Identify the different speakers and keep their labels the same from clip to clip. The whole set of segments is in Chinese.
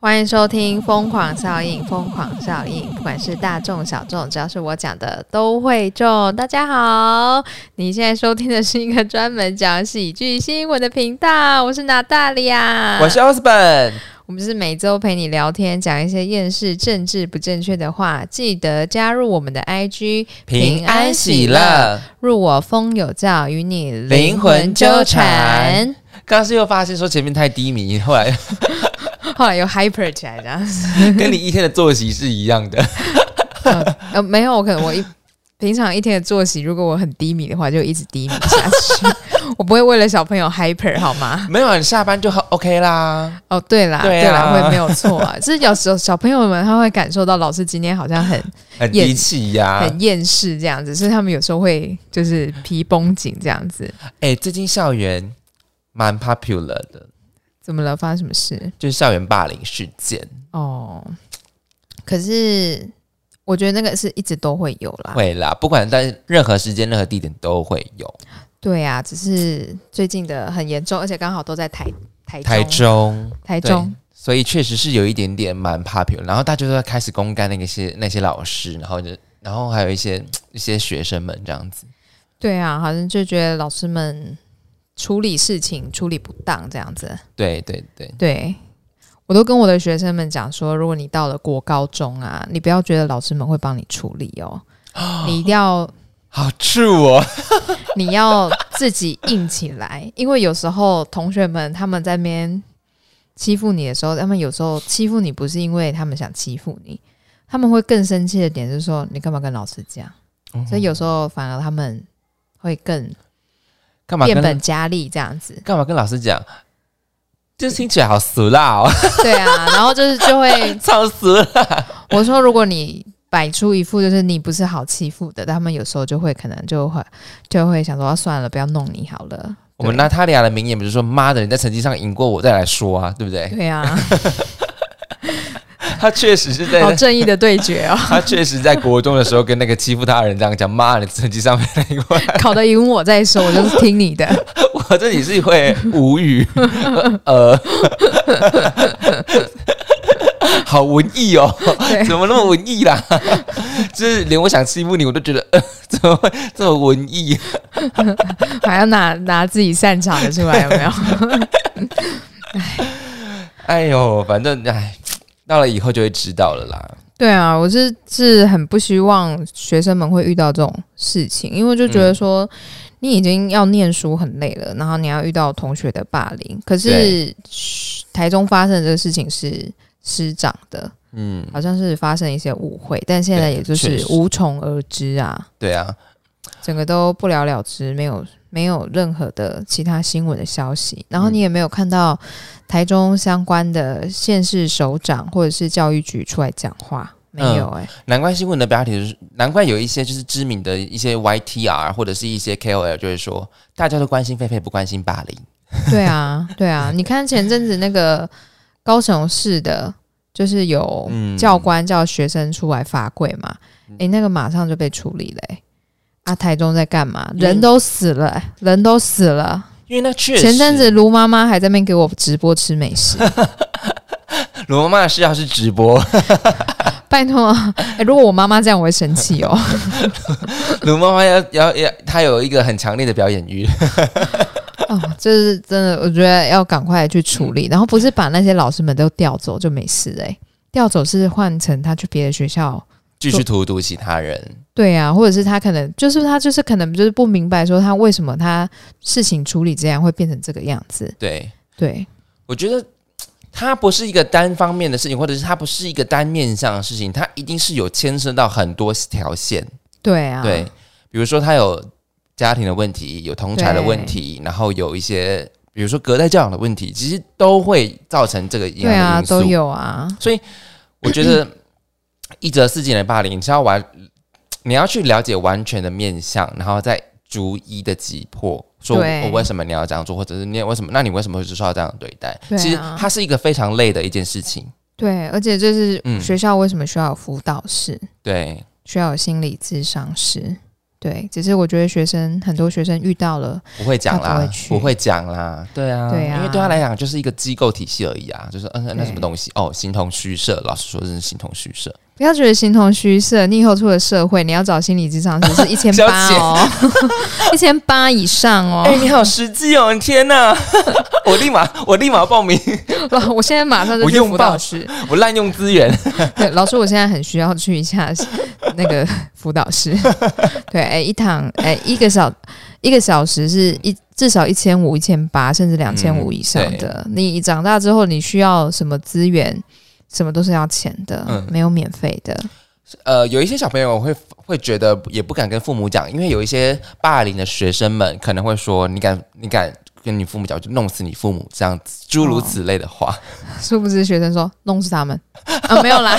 Speaker 1: 欢迎收听《疯狂效应》，疯狂效应，不管是大众小众，只要是我讲的都会中。大家好，你现在收听的是一个专门讲喜剧新闻的频道，我是娜大利亚，
Speaker 2: 我是 o s b o n
Speaker 1: 我们是每周陪你聊天，讲一些厌世、政治不正确的话。记得加入我们的 IG，
Speaker 2: 平安喜乐。
Speaker 1: 入我风有教，与你
Speaker 2: 灵魂纠缠。刚刚是又发现说前面太低迷，后来
Speaker 1: 后来又 hyper 起来，这样子。
Speaker 2: 跟你一天的作息是一样的。
Speaker 1: 呃呃，没有，我可能我一平常一天的作息，如果我很低迷的话，就一直低迷下 去。我不会为了小朋友 hyper 好吗？
Speaker 2: 没有，你下班就好 OK 啦。
Speaker 1: 哦，对啦，
Speaker 2: 对
Speaker 1: 啦，
Speaker 2: 啊
Speaker 1: 会没有错啊。就是有时候小朋友们他会感受到老师今天好像很
Speaker 2: 很
Speaker 1: 厌
Speaker 2: 低气呀、
Speaker 1: 很厌世这样子，所以他们有时候会就是皮绷紧这样子。
Speaker 2: 哎、最近校园蛮 popular 的，
Speaker 1: 怎么了？发生什么事？
Speaker 2: 就是校园霸凌事件
Speaker 1: 哦，可是我觉得那个是一直都会有啦。
Speaker 2: 会啦，不管在任何时间、任何地点都会有。
Speaker 1: 对啊，只是最近的很严重，而且刚好都在台台中
Speaker 2: 台中，
Speaker 1: 台
Speaker 2: 台
Speaker 1: 中。
Speaker 2: 所以确实是有一点点蛮 popular，然后大家都在开始公干那个些那些老师，然后就然后还有一些一些学生们这样子。
Speaker 1: 对啊，好像就觉得老师们处理事情处理不当这样子。
Speaker 2: 对对对，
Speaker 1: 对我都跟我的学生们讲说，如果你到了国高中啊，你不要觉得老师们会帮你处理哦，你一定要
Speaker 2: 好 true 哦。
Speaker 1: 你要自己硬起来，因为有时候同学们他们在那边欺负你的时候，他们有时候欺负你不是因为他们想欺负你，他们会更生气的点就是说你干嘛跟老师讲，
Speaker 2: 嗯
Speaker 1: 所以有时候反而他们会更
Speaker 2: 干嘛
Speaker 1: 变
Speaker 2: 跟
Speaker 1: 本加厉这样子。
Speaker 2: 干嘛跟老师讲？这听起来好俗辣哦，
Speaker 1: 对啊，然后就是就会，
Speaker 2: 超俗辣。
Speaker 1: 我说如果你摆出一副就是你不是好欺负的，他们有时候就会可能就会就会想说、啊算了，不要弄你好了。
Speaker 2: 我们娜塔莉亚的名言不是说“妈的，你在成绩上赢过我再来说啊”，对不对？
Speaker 1: 对啊，
Speaker 2: 她确实是
Speaker 1: 好
Speaker 2: 在，
Speaker 1: 正义的对决 哦，
Speaker 2: 她确实在国中的时候跟那个欺负她的人这样讲：“妈，你成绩上面赢过 来
Speaker 1: 考得赢我再说，我就是听你的。
Speaker 2: 我。”我这里是会无语， 呃， 好文艺哦，
Speaker 1: 对
Speaker 2: 怎么那么文艺啦？ 就是连我想欺负你，我都觉得呃，怎么会这么文艺？
Speaker 1: 还要拿拿自己擅长的出来，有没有？
Speaker 2: 哎呦，反正哎，到了以后就会知道了啦。
Speaker 1: 对啊，我是是很不希望学生们会遇到这种事情，因为就觉
Speaker 2: 嗯
Speaker 1: 得说、你已经要念书很累了，然后你要遇到同学的霸凌，可是
Speaker 2: 对
Speaker 1: 嘘台中发生的这个事情是师长的，
Speaker 2: 嗯，
Speaker 1: 好像是发生一些误会，但现在
Speaker 2: 对
Speaker 1: 也就是
Speaker 2: 确实
Speaker 1: 无从而知啊，
Speaker 2: 对啊，
Speaker 1: 整个都不了了之，没有没有任何的其他新闻的消息，然
Speaker 2: 嗯
Speaker 1: 后你也没有看到台中相关的县市首长或者是教育局出来讲话，没有哎、
Speaker 2: 难怪新闻的标题就是，难怪有一些就是知名的一些 YTR 或者是一些 KOL 就会说，大家都关心狒狒，不关心霸凌。
Speaker 1: 对啊，对啊，你看前阵子那个高雄市的，就是有
Speaker 2: 嗯
Speaker 1: 教官叫学生出来罚跪嘛，诶，那个马上就被处理了、欸。啊，台中在干嘛？人都死了、欸人都死了。
Speaker 2: 因为那嗯确实，
Speaker 1: 前阵子卢妈妈还在那边给我直播吃美食，
Speaker 2: 罗妈妈的事要是直播，
Speaker 1: 拜托、欸如果我妈妈这样，我会生气哦。
Speaker 2: 罗妈妈要要要，她有一个很强烈的表演欲。
Speaker 1: 哦，就是真的，我觉得要赶快去处理，然后不是把那些老师们都调走就没事哎、欸调走是换成他去别的学校
Speaker 2: 继续荼毒其他人，
Speaker 1: 对啊，或者是他可能就是他就是可能就是不明白说他为什么他事情处理这样会变成这个样子。
Speaker 2: 对
Speaker 1: 对
Speaker 2: 我觉得它不是一个单方面的事情，或者是它不是一个单面向的事情，它一定是有牵涉到很多条线。
Speaker 1: 对啊，
Speaker 2: 对，比如说他有家庭的问题，有同才的问题，然后有一些比如说隔代教养的问题，其实都会造成这个影
Speaker 1: 对啊，
Speaker 2: 响的因素。
Speaker 1: 都有啊。
Speaker 2: 我觉得一则事件的霸凌，你是要完，你要去了解完全的面相，然后再逐一的击破。说我
Speaker 1: 对
Speaker 2: 为什么你要这样做，或者是你为什么？那你为什么会受到这样的对待？
Speaker 1: 对啊
Speaker 2: 其实它是一个非常累的一件事情。
Speaker 1: 对，而且就是
Speaker 2: 嗯
Speaker 1: 学校为什么需要有辅导室，
Speaker 2: 对，
Speaker 1: 需要有心理咨商师？对，只是我觉得学生很多学生遇到了，
Speaker 2: 不会讲
Speaker 1: 他不
Speaker 2: 啦
Speaker 1: 会，去
Speaker 2: 不会讲啦，对啊，
Speaker 1: 对啊
Speaker 2: 因为对他来讲就是一个机构体系而已啊，就是嗯，
Speaker 1: 对
Speaker 2: 那那什么东西哦，形同虚设，老师说这是形同虚设，
Speaker 1: 不要觉得形同虚设，你以后出了社会，你要找心理咨商师是一千八哦， 一千八以上哦
Speaker 2: 哎、。你好实际哦，天哪， 我立马我立马报名，
Speaker 1: 老 我现在马上就
Speaker 2: 我
Speaker 1: 去
Speaker 2: 用
Speaker 1: 辅
Speaker 2: 爆
Speaker 1: 导室。
Speaker 2: 我滥用资源，
Speaker 1: 对，老师，我现在很需要去一下那个辅导室。对，哎、一堂哎、一个小一个小时是一至少一千五、一千八，甚至两千
Speaker 2: 嗯
Speaker 1: 五以上的。你长大之后，你需要什么资源，什么都是要钱的，
Speaker 2: 嗯
Speaker 1: 没有免费的。
Speaker 2: 呃，有一些小朋友会会觉得也不敢跟父母讲，因为有一些霸凌的学生们可能会说，你敢你敢跟你父母讲，我就弄死你父母这样子，诸如此类的话。
Speaker 1: 殊不知学生说弄死他们 啊，没有啦，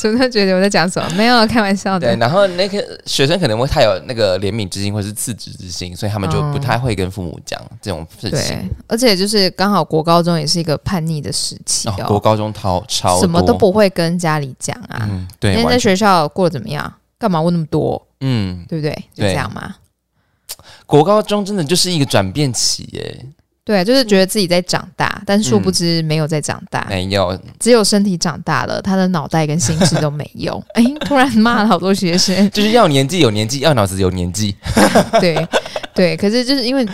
Speaker 1: 主任觉得我在讲什么？没有，啊开玩笑
Speaker 2: 对，
Speaker 1: 的。
Speaker 2: 然后那个学生可能会太有那个怜悯之心或是赤子之心，所以他们就
Speaker 1: 嗯
Speaker 2: 不太会跟父母讲这种事情。哦
Speaker 1: 对，而且就是刚好国高中也是一个叛逆的时期
Speaker 2: 哦，国
Speaker 1: 哦，
Speaker 2: 高中超超多
Speaker 1: 什么都，不会跟家里讲啊。
Speaker 2: 嗯，
Speaker 1: 今
Speaker 2: 对，
Speaker 1: 天
Speaker 2: 完
Speaker 1: 在
Speaker 2: 全，
Speaker 1: 学校过得怎么样？干嘛问那么多？
Speaker 2: 嗯，
Speaker 1: 对不对？就
Speaker 2: 对
Speaker 1: 这样嘛。
Speaker 2: 国高中真的就是一个转变期耶，
Speaker 1: 对，啊就是觉得自己在长
Speaker 2: 嗯
Speaker 1: 大，但殊不知没有在长大，
Speaker 2: 没有，，
Speaker 1: 只有身体长大了，他的脑袋跟心智都没有。 哎，突然骂了好多学生
Speaker 2: 就是要年纪有年纪，要脑子有年纪，
Speaker 1: 对对，可是就是因为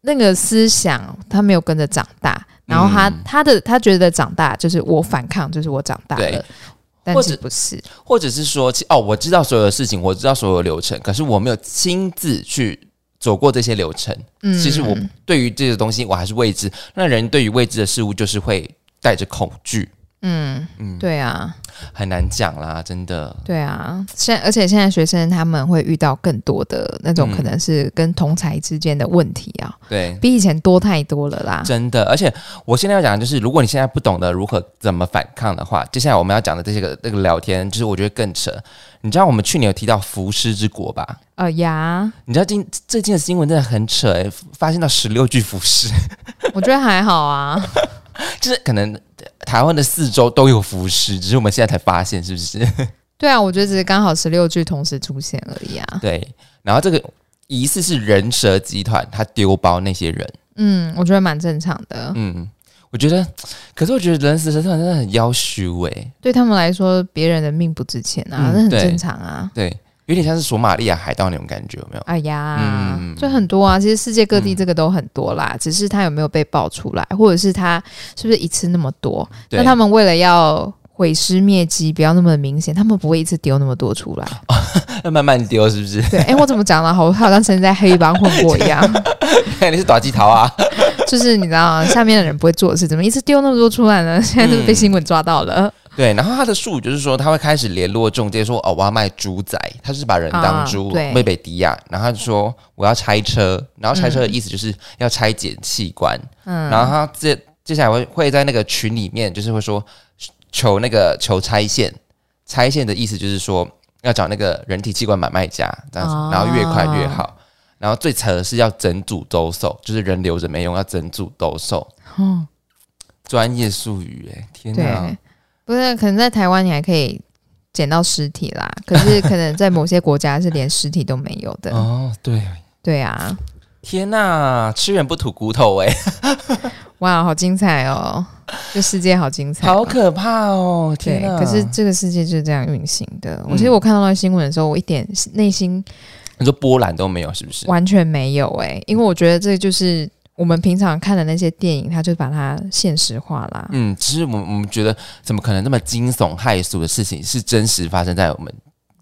Speaker 1: 那个思想他没有跟着长大，然后他、
Speaker 2: 嗯
Speaker 1: 他的他觉得长大就是我反抗，就是我长大
Speaker 2: 对
Speaker 1: 了，但
Speaker 2: 或
Speaker 1: 是
Speaker 2: 者
Speaker 1: 不是？
Speaker 2: 或者是说，其哦，我知道所有的事情，我知道所有流程，可是我没有亲自去走过这些流程。
Speaker 1: 嗯
Speaker 2: 其实我对于这些东西我还是未知。那人对于未知的事物就是会带着恐惧，
Speaker 1: 嗯
Speaker 2: 嗯，
Speaker 1: 对啊，
Speaker 2: 很难讲啦，真的。
Speaker 1: 对啊，现而且现在学生他们会遇到更多的那种
Speaker 2: 嗯
Speaker 1: 可能是跟同才之间的问题啊，
Speaker 2: 对，
Speaker 1: 比以前多太多了啦。
Speaker 2: 真的。而且我现在要讲的就是，如果你现在不懂得如何怎么反抗的话，接下来我们要讲的这些个那个聊天，就是我觉得更扯。你知道我们去年有提到浮尸之国吧？
Speaker 1: 呃呀，
Speaker 2: 你知道今最近的新闻真的很扯诶、发现到十六具浮尸。
Speaker 1: 我觉得还好啊，
Speaker 2: 就是可能呃台湾的四周都有浮尸，只是我们现在才发现，是不是？
Speaker 1: 对啊，我觉得只是刚好十六句同时出现而已啊。
Speaker 2: 对。然后这个疑似是人蛇集团，他丢包那些人。
Speaker 1: 嗯，我觉得蛮正常的，
Speaker 2: 嗯，我觉得，可是我觉得人蛇集团真的很要羞哎、
Speaker 1: 对他们来说，别人的命不值钱啊，
Speaker 2: 嗯
Speaker 1: 那很
Speaker 2: 对
Speaker 1: 正常啊。
Speaker 2: 对，有点像是索马利亚海盗那种感觉，有没有？
Speaker 1: 哎呀，
Speaker 2: 嗯
Speaker 1: 就很多啊！其实世界各地这个都很多啦，只是他有没有被爆出来，或者是他是不是一次那么多？
Speaker 2: 对
Speaker 1: 那他们为了要毁尸灭迹，不要那么明显，他们不会一次丢那么多出 来。
Speaker 2: 要慢慢丢，是不是？
Speaker 1: 对，哎、我怎么讲呢？好，好像曾经在黑帮混过一样，
Speaker 2: 你是打鸡桃啊？
Speaker 1: 就是你知道，下面的人不会做的事，怎么一次丢那么多出来
Speaker 2: 嗯
Speaker 1: 呢？现在都被新闻抓到了，
Speaker 2: 对，然后他的术语就是说，他会开始联络中介说，哦，我要卖猪仔，他就是把人当猪，
Speaker 1: 啊对
Speaker 2: 贝贝迪亚，然后他就说我要拆车，然后拆车的意思就是要拆解器官，
Speaker 1: 嗯，
Speaker 2: 然后他接接下来会会在那个群里面，就是会说求那个求拆线，拆线的意思就是说要找那个人体器官买卖家这样子，
Speaker 1: 哦
Speaker 2: 然后越快越好。然后最扯的是要整组兜售，就是人留着没用，要整组兜售。
Speaker 1: 哦，
Speaker 2: 专业术语哎、天哪
Speaker 1: 对！，不是，可能在台湾你还可以捡到尸体 啦，可是可能在某些国家是连尸体都没有的，
Speaker 2: 哦，对，
Speaker 1: 对啊。
Speaker 2: 天哪，吃人不吐骨头哎、
Speaker 1: 哇，好精彩哦！这世界好精彩、
Speaker 2: 好
Speaker 1: 哦，
Speaker 2: 可怕哦！
Speaker 1: 对
Speaker 2: 天。哪，
Speaker 1: 可是这个世界就是这样运行的。我
Speaker 2: 嗯
Speaker 1: 其实我看到那个新闻的时候，我一点内心
Speaker 2: 你说波澜都没有，是不是？
Speaker 1: 完全没有哎、
Speaker 2: 嗯
Speaker 1: 因为我觉得这就是我们平常看的那些电影，它就把它现实化啦。
Speaker 2: 嗯，其实我们我们觉得，怎么可能那么惊悚骇俗的事情是真实发生在我们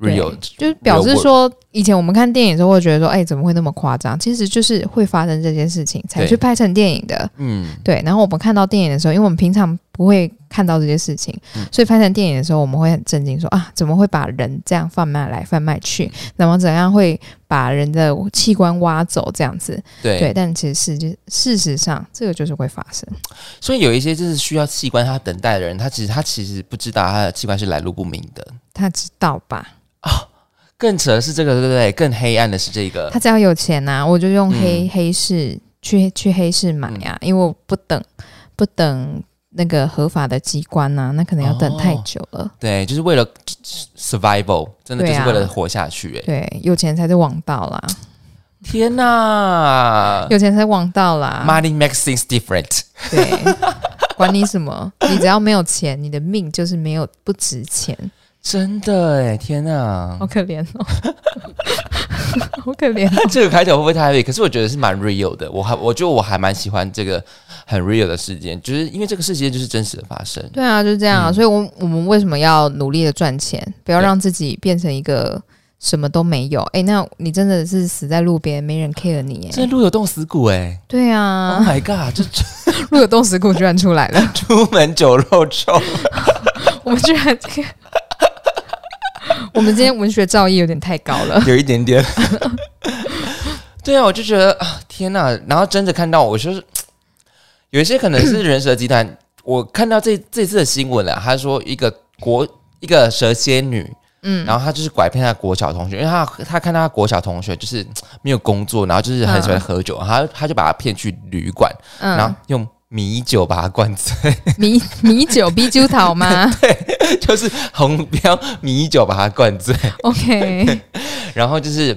Speaker 1: 对
Speaker 2: real？
Speaker 1: 就是表示说，以前我们看电影的时候会觉得说，哎、怎么会那么夸张？其实就是会发生这件事情才
Speaker 2: 对
Speaker 1: 去拍成电影的。
Speaker 2: 嗯，
Speaker 1: 对，然后我们看到电影的时候，因为我们平常不会看到这些事情，所以拍成电影的时候，我们会很震惊说，啊，怎么会把人这样贩卖来贩卖去？怎么怎样会把人的器官挖走这样子？
Speaker 2: 对。
Speaker 1: 对，但其实世界事实上，这个就是会发生。
Speaker 2: 所以有一些就是需要器官他等待的人，他其实他其实不知道他的器官是来路不明的。
Speaker 1: 他知道吧？
Speaker 2: 更扯的是这个，对不对？更黑暗的是这个
Speaker 1: 他。只要有钱呐、我就啊用黑、黑市去去黑市买啊，因为我不等不等那个合法的机关呐、那可能要等太久了。
Speaker 2: 对，就是为了 survival，真的就
Speaker 1: 对
Speaker 2: 是
Speaker 1: 啊
Speaker 2: 为了活下去、哎、
Speaker 1: 对，有钱才是王道啦，
Speaker 2: 天哪
Speaker 1: 有钱才是王道啦。
Speaker 2: ！Money makes things different。
Speaker 1: 对，管你什么，你只要没有钱，你的命就是没有不值钱，
Speaker 2: 嗯真的哎，天哪！
Speaker 1: 好可怜哦， 好可怜。
Speaker 2: 这个开头会不会太 heavy？可是我觉得是蛮 real 的，我还我觉得我还蛮喜欢这个很 real 的事件，就是因为这个事件就是真实的发生。
Speaker 1: 对啊，就是这样啊。所以我，我们为什么要努力的赚钱，不要
Speaker 2: 嗯对
Speaker 1: 让自己变成一个什么都没有？哎、那你真的是死在路边，没人 care 你
Speaker 2: 这
Speaker 1: 哎。
Speaker 2: 路有冻死骨哎、
Speaker 1: 对
Speaker 2: o
Speaker 1: 啊，
Speaker 2: h my god！这这
Speaker 1: 路有冻死骨居然出来 了，
Speaker 2: 出门酒肉臭，
Speaker 1: 我们居然这个， 我们今天文学造诣有点太高了。
Speaker 2: 有一点点。对啊，我就觉得啊，天哪！然后真的看到，我就是有一些可能是人蛇集 团。我看到这这次的新闻了，他说一个国一个蛇蝎女，
Speaker 1: 嗯，
Speaker 2: 然后他就是拐骗他的国小同学，因为他他看到他国小同学就是没有工作，然后就是很喜欢喝酒，然后他他就把他骗去旅馆，然
Speaker 1: 嗯
Speaker 2: 后，用米酒把他灌醉，
Speaker 1: 米米酒、啤酒桃吗
Speaker 2: 就是红标米酒把他灌醉，
Speaker 1: ？OK，
Speaker 2: 然后就是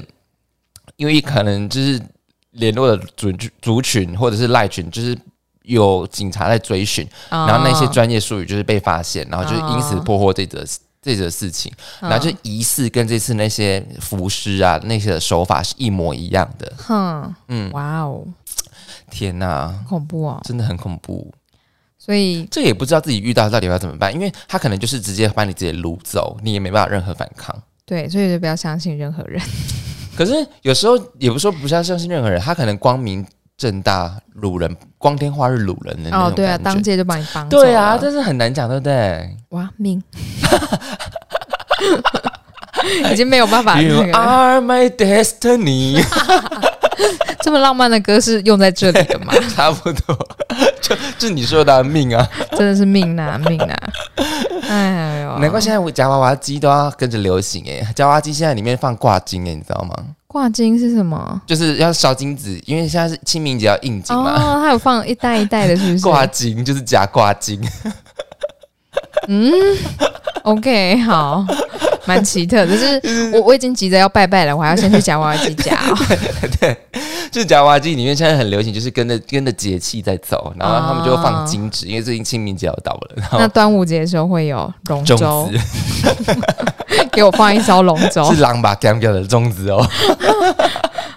Speaker 2: 因为可能就是联络的族族群或者是赖群，就是有警察在追寻，
Speaker 1: 然
Speaker 2: 然后那些专业术语就是被发现，然后就是因此破获这则这则事情。然后就疑似跟这次那些服尸啊那些的手法是一模一样的。
Speaker 1: 哼，
Speaker 2: 嗯，
Speaker 1: 哇哦，
Speaker 2: 天哪、
Speaker 1: 恐怖哦！
Speaker 2: 真的很恐怖。
Speaker 1: 所以
Speaker 2: 这个也不知道自己遇到到底要怎么办，因为他可能就是直接把你直接掳走，你也没办法任何反抗。
Speaker 1: 对，所以就不要相信任何 人。
Speaker 2: 可是有时候也不是说不要相信任何人，他可能光明正大掳人，光天化日掳人的那种
Speaker 1: 哦，对啊，
Speaker 2: 感觉
Speaker 1: 当街就把你绑走了。
Speaker 2: 对啊，但是很难讲，对不对？
Speaker 1: 哇 命，已经没有办法啊那
Speaker 2: You
Speaker 1: 个了
Speaker 2: are my destiny，
Speaker 1: 这么浪漫的歌是用在这里 的吗？
Speaker 2: 差不多，就就你说的命啊。
Speaker 1: 真的是命呐、命呐、哎呦，
Speaker 2: 难怪现在我夹娃娃机都要跟着流行哎、夹娃娃机现在里面放挂金哎、你知道吗？
Speaker 1: 挂金是什么？
Speaker 2: 就是要烧金子，因为现在是清明节要应景
Speaker 1: 哦，
Speaker 2: 嘛，
Speaker 1: 它有放一袋一袋的，是不是？
Speaker 2: 挂金就是夹挂金，
Speaker 1: OK，好，蛮奇特。可
Speaker 2: 嗯
Speaker 1: 是我我已经急着要拜拜了，我还要先去夹娃娃机夹、 哦。
Speaker 2: 就是夹娃娃机里面现在很流行，就是跟着跟着节气在走，然后他们就会放金纸，因为最近清明节要到了，然后
Speaker 1: 那端午节的时候会有龙
Speaker 2: 粽
Speaker 1: 舟，
Speaker 2: 子
Speaker 1: 给我放一艘龙舟。
Speaker 2: 是狼把干掉的粽子哦，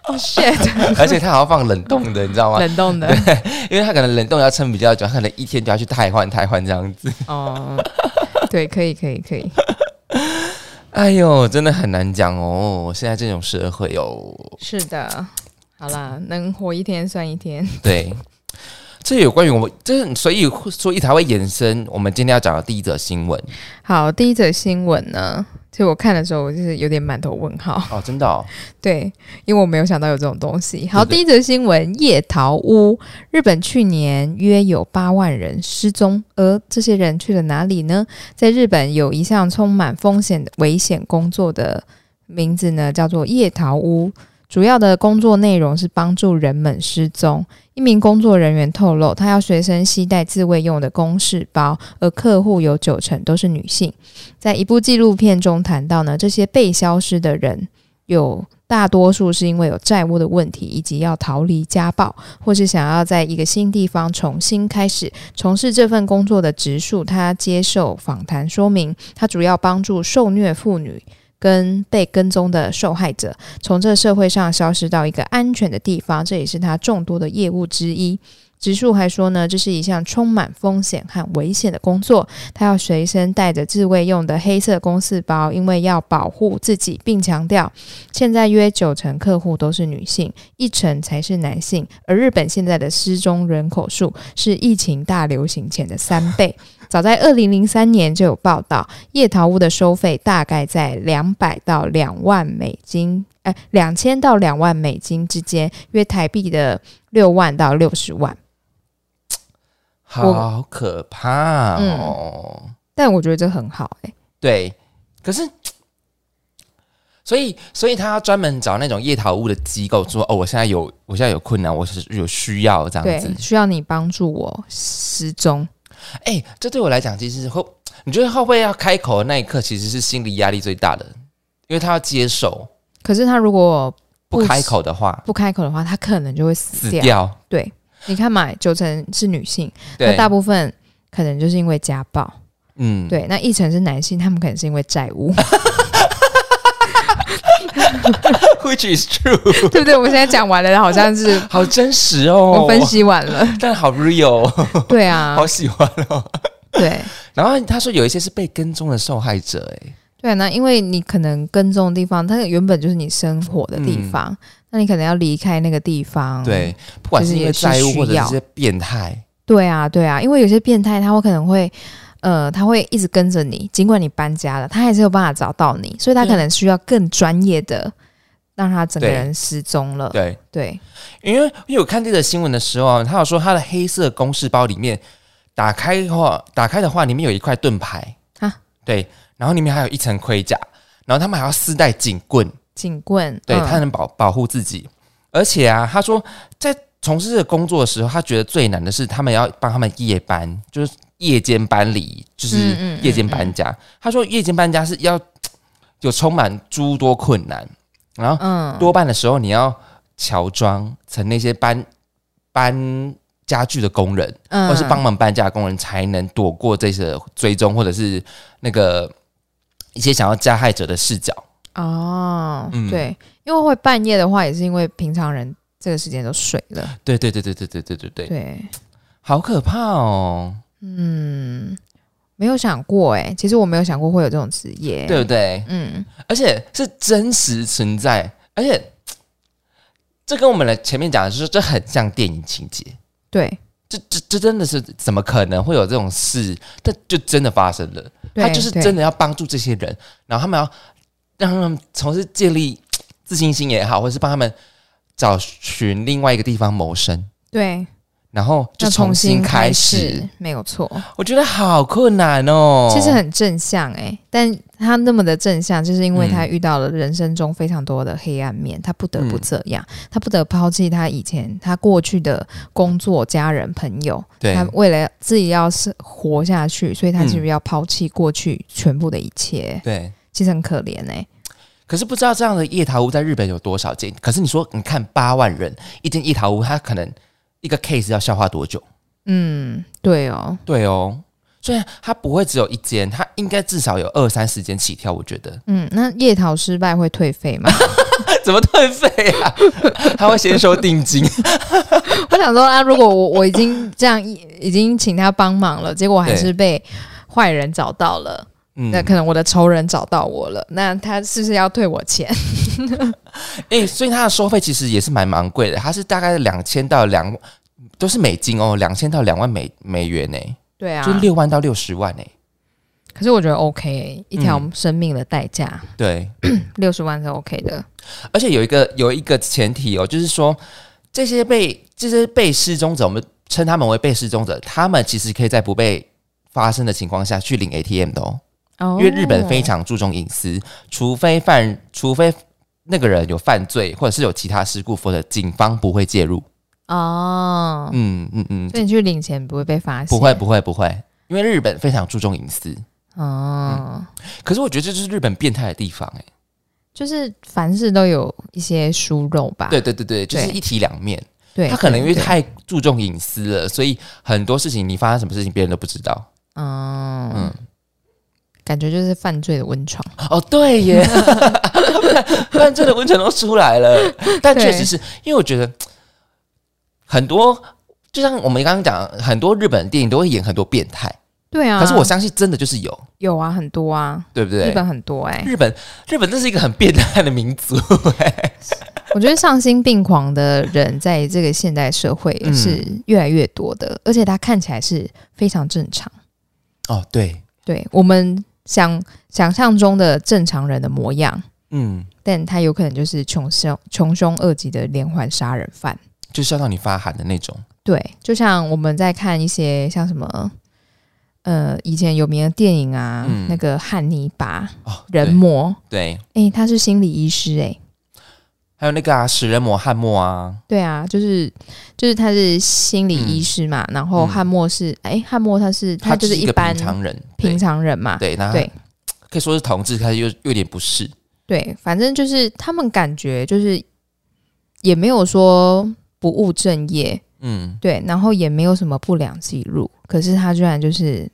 Speaker 1: 哦、shit，
Speaker 2: 而且它还要放冷冻的，你知道吗？
Speaker 1: 冷冻的。
Speaker 2: 因为它可能冷冻要撑比较久，它可能一天就要去汰换汰换这样子。
Speaker 1: 哦，对，可以，可以，可以。
Speaker 2: 哎呦，真的很难讲哦，现在这种社会哦。
Speaker 1: 是的，好啦，能活一天算一天。
Speaker 2: 对，这有关于我们，这所以所以才会延伸我们今天要讲的第一则新闻
Speaker 1: 好，第一则新闻呢，其实我看的时候，我就是有点满头问号。
Speaker 2: 哦，真的、哦，
Speaker 1: 对，因为我没有想到有这种东西。好，
Speaker 2: 对
Speaker 1: 第一则新闻：夜桃屋，日本去年约有八万人失踪，而这些人去了哪里呢？在日本有一项充满风险的危险工作的名字呢，叫做夜桃屋。主要的工作内容是帮助人们失踪。一名工作人员透露，他要随身携带自慰用的公事包，而客户有九成都是女性。在一部纪录片中谈到呢，这些被消失的人有大多数是因为有债务的问题，以及要逃离家暴，或是想要在一个新地方重新开始从事这份工作的直述。他接受访谈说明，他主要帮助受虐妇女。跟被跟踪的受害者从这社会上消失到一个安全的地方，这也是他众多的业务之一。直树还说呢，这是一项充满风险和危险的工作，他要随身带着自卫用的黑色公事包，因为要保护自己，并强调现在约九成客户都是女性，一成才是男性。而日本现在的失踪人口数是疫情大流行前的三 倍。早在二零零三年就有报道，夜桃屋的收费大概在两百到两万美金，哎、两千到两万美金之间，约台币的六万到六十万。我
Speaker 2: 好可怕哦。
Speaker 1: 但我觉得这很好、哎，
Speaker 2: 对，可是。所以，所以他要专门找那种夜逃屋的机构说：“哦，我现在有，我现在有困难，我是有需要这样
Speaker 1: 对
Speaker 2: 子，。
Speaker 1: 需要你帮助我失踪。”
Speaker 2: 哎、这对我来讲，其实会，你觉得会不会要开口的那一刻，其实是心理压力最大的，因为他要接受，
Speaker 1: 可是他如果
Speaker 2: 不
Speaker 1: 不
Speaker 2: 开口的话
Speaker 1: 不开口的话，他可能就会
Speaker 2: 死
Speaker 1: 死掉。
Speaker 2: 掉。
Speaker 1: 对，你看嘛，九成是女性，那
Speaker 2: 对，
Speaker 1: 大部分可能就是因为家暴。
Speaker 2: 嗯，
Speaker 1: 对，那一成是男性，他们可能是因为债务，
Speaker 2: ，which is true，
Speaker 1: 对不对？我们现在讲完了，好像是
Speaker 2: 好真实 哦，
Speaker 1: 我分，析完了。
Speaker 2: 但好 real，哦、
Speaker 1: 对啊
Speaker 2: 好，喜欢哦。
Speaker 1: 对
Speaker 2: 然后他说有一些是被跟踪的受害者、哎，
Speaker 1: 对啊，那因为你可能跟踪的地方，它原本就是你生活的地
Speaker 2: 嗯
Speaker 1: 方，那你可能要离开那个地方。
Speaker 2: 对，不
Speaker 1: 嗯
Speaker 2: 管
Speaker 1: 就是是
Speaker 2: 因为
Speaker 1: 也是
Speaker 2: 债务
Speaker 1: 需
Speaker 2: 或者
Speaker 1: 要
Speaker 2: 是些变态，
Speaker 1: 对啊，对啊，因为有些变态他会可能会，呃，他会一直跟着你，尽管你搬家了，他还是有办法找到你，所以他
Speaker 2: 对啊
Speaker 1: 可能需要更专业的让他整个
Speaker 2: 对
Speaker 1: 人失踪了。
Speaker 2: 对，
Speaker 1: 对，
Speaker 2: 因为因为我看这个新闻的时候啊，他有说他的黑色公事包里面打开的话，打开的话里面有一块盾牌
Speaker 1: 啊
Speaker 2: 对，然后里面还有一层盔甲，然后他们还要自带警棍，
Speaker 1: 警棍，
Speaker 2: 对、
Speaker 1: 嗯
Speaker 2: 他能保保护自己。而且啊，他说在从事这个工作的时候，他觉得最难的是他们要帮他们夜班，就是夜间搬离，就
Speaker 1: 嗯
Speaker 2: 是
Speaker 1: 嗯嗯
Speaker 2: 夜间搬家。他说夜间搬家是要有充满诸多困难，然后
Speaker 1: 嗯，
Speaker 2: 多半的时候你要乔装成那些搬搬家具的工人，
Speaker 1: 嗯
Speaker 2: 或是帮忙搬家的工人，才能躲过这些追踪或者是那个一些想要加害者的视角。
Speaker 1: 哦，
Speaker 2: 嗯
Speaker 1: 对，因为会半夜的话，也是因为平常人这个时间都睡了，
Speaker 2: 对对对对对对对对对，
Speaker 1: 对，
Speaker 2: 好可怕哦，
Speaker 1: 嗯，没有想过哎、其实我没有想过会有这种职业，
Speaker 2: 对不，对？
Speaker 1: 嗯，
Speaker 2: 而且是真实存在，而且这跟我们的前面讲的就是，这很像电影情节。
Speaker 1: 对，
Speaker 2: 这这这真的是怎么可能会有这种事？但就真的发生了。
Speaker 1: 对
Speaker 2: 他就是
Speaker 1: 对
Speaker 2: 真的要帮助这些人，然后他们要让他们从事建立自信心也好，或者是帮他们找寻另外一个地方谋生，
Speaker 1: 对，
Speaker 2: 然后就
Speaker 1: 要
Speaker 2: 重
Speaker 1: 重
Speaker 2: 新开
Speaker 1: 开
Speaker 2: 始。，
Speaker 1: 没有错，
Speaker 2: 我觉得好困难哦。
Speaker 1: 其实很正向哎、但他那么的正向，就是因为
Speaker 2: 嗯
Speaker 1: 他遇到了人生中非常多的黑暗面，他不得不
Speaker 2: 嗯
Speaker 1: 这样，他不得抛弃他以前他过去的工作、家人、朋友，
Speaker 2: 对
Speaker 1: 他为了自己要是活下去，所以他
Speaker 2: 嗯
Speaker 1: 是不是要抛弃过去全部的一切？
Speaker 2: 对，
Speaker 1: 其实很可怜哎、
Speaker 2: 可是不知道这样的夜桃屋在日本有多少间？可是你说，你看八万人一间夜桃屋，它可能一个 case 要消化多久？
Speaker 1: 嗯，对哦，
Speaker 2: 对哦，虽然它不会只有一间，它应该至少有二三十间起跳。我觉得
Speaker 1: 嗯，那夜逃失败会退费吗？
Speaker 2: 怎么退费啊？他会先收定金。
Speaker 1: 我想说啊，如果我我已经这样 已经请他帮忙了，结果还是被坏人找到了，
Speaker 2: 嗯
Speaker 1: 那可能我的仇人找到我了，那他是不是要退我钱？
Speaker 2: 诶、所以它的收费其实也是蛮蛮贵的，它是大概两千到两，都是美金哦，两千到两万美美元呢、
Speaker 1: 对啊
Speaker 2: 就，六万到六十万呢、
Speaker 1: 可是我觉得 OK，欸一条
Speaker 2: 嗯
Speaker 1: 生命的代价
Speaker 2: 对，
Speaker 1: 六十、60万是 OK 的。
Speaker 2: 而且有一个有一个前提哦，就是说这些被这些被失踪者，我们称他们为被失踪者，他们其实可以在不被发生的情况下去领 ATM 的哦，
Speaker 1: 哦
Speaker 2: 因为日本非常注重隐私，除非犯除非那个人有犯罪或者是有其他事故，否则警方不会介入。
Speaker 1: 哦，
Speaker 2: 嗯嗯嗯，
Speaker 1: 所以你去领钱不会被发现？
Speaker 2: 不会不会不会，因为日本非常注重隐私。
Speaker 1: 哦。
Speaker 2: 可是我觉得这就是日本变态的地方、欸，
Speaker 1: 就是凡事都有一些疏漏吧。
Speaker 2: 对对对对，就是
Speaker 1: 啊对
Speaker 2: 一体两面。
Speaker 1: 对，
Speaker 2: 他可能因为
Speaker 1: 对
Speaker 2: 太注重隐私了，所以很多事情你发生什么事情别人都不知道。
Speaker 1: 嗯
Speaker 2: 嗯，
Speaker 1: 感觉就是犯罪的温床。
Speaker 2: 哦，对 耶，犯罪的温泉都出 来了。但确实
Speaker 1: 对
Speaker 2: 是因为我觉得很多，就像我们刚刚讲，很多日本电影都会演很多变态，
Speaker 1: 对啊，
Speaker 2: 可是我相信真的就是有，
Speaker 1: 有啊，很多啊，
Speaker 2: 对不对？
Speaker 1: 日本很多哎、
Speaker 2: 日本日本这是一个很变态的民族，
Speaker 1: 我觉得丧心病狂的人在这个现代社会也是
Speaker 2: 嗯
Speaker 1: 越来越多的，而且他看起来是非常正常，
Speaker 2: 哦，对，
Speaker 1: 对我们想想象中的正常人的模样，
Speaker 2: 嗯。
Speaker 1: 但他有可能就是穷凶穷凶恶极的连环杀人犯。
Speaker 2: 就笑到你发寒的那种。
Speaker 1: 对，就像我们在看一些像什么，呃，以前有名的电影啊，
Speaker 2: 嗯
Speaker 1: 那个汉尼拔、
Speaker 2: 哦，
Speaker 1: 人魔，
Speaker 2: 对
Speaker 1: 诶，他是心理医师、诶，
Speaker 2: 还有那个啊，食人魔汉默啊，
Speaker 1: 对啊，就是就是他是心理医师嘛，然后汉默是哎、汉默他是
Speaker 2: 嗯他
Speaker 1: 就是
Speaker 2: 一个
Speaker 1: 般
Speaker 2: 平常人，
Speaker 1: 平常人嘛，
Speaker 2: 对，对那
Speaker 1: 对
Speaker 2: 可以说是同志，他又又有点不是，
Speaker 1: 对，反正就是他们感觉就是也没有说不务正业，
Speaker 2: 嗯，
Speaker 1: 对，然后也没有什么不良记录，可是他居然就是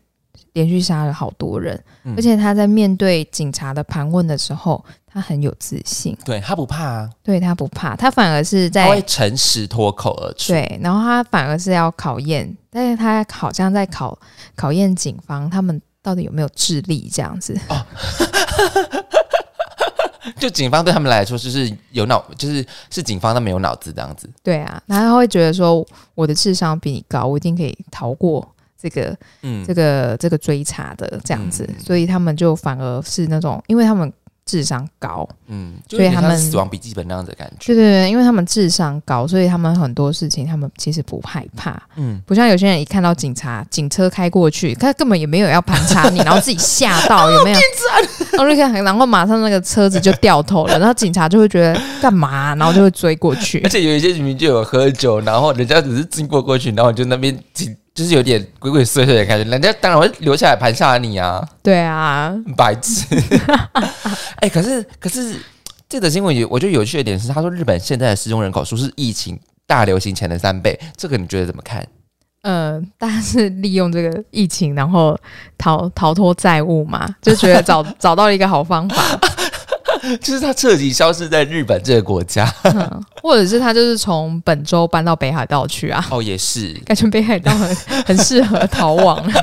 Speaker 1: 连续杀了好多人，
Speaker 2: 嗯
Speaker 1: 而且他在面对警察的盘问的时候，他很有自信，
Speaker 2: 对他不怕啊，
Speaker 1: 对他不怕，他反而是
Speaker 2: 他会
Speaker 1: 在
Speaker 2: 诚实脱口而出，
Speaker 1: 对，然后他反而是要考验，但是他好像在考考验警方他们到底有没有智力这样子，
Speaker 2: 就警方对他们来说就是有脑，就是是警方他们有脑子这样子，
Speaker 1: 对啊，然后他会觉得说我的智商比你高，我一定可以逃过这个
Speaker 2: 嗯，
Speaker 1: 这个这个追查的这样子，
Speaker 2: 嗯
Speaker 1: 所以他们就反而是那种，因为他们智商高，
Speaker 2: 嗯，就有点
Speaker 1: 所以他
Speaker 2: 像
Speaker 1: 们
Speaker 2: 死亡笔记本那样子的感觉，
Speaker 1: 对对对，因为他们智商高，所以他们很多事情他们其实不害怕，
Speaker 2: 嗯，
Speaker 1: 不像有些人一看到警察警车开过去，他根本也没有要盘查你，然后自己吓 到有没有？然后就看，然后马上那个车子就掉头了，然后警察就会觉得干嘛，然后就会追过去
Speaker 2: 而。且有一些明明就有喝酒，然后人家只是经过过去，然后你就那边挺就是有点鬼鬼祟祟的感觉，人家当然会留下来盘下你啊，
Speaker 1: 对啊，
Speaker 2: 很白痴。 哎、可是可是这则新闻有我觉得有趣的点是，他说日本现在的失踪人口数是疫情大流行前的三倍，这个你觉得怎么看？
Speaker 1: 呃，大家是利用这个疫情，然后逃逃脱债务嘛，就觉得找 找到了一个好方法。
Speaker 2: 就是他彻底消失在日本这个国家。
Speaker 1: 嗯，或者是他就是从本州搬到北海道去啊，
Speaker 2: 哦，也是
Speaker 1: 感觉北海道很很适合逃亡，啊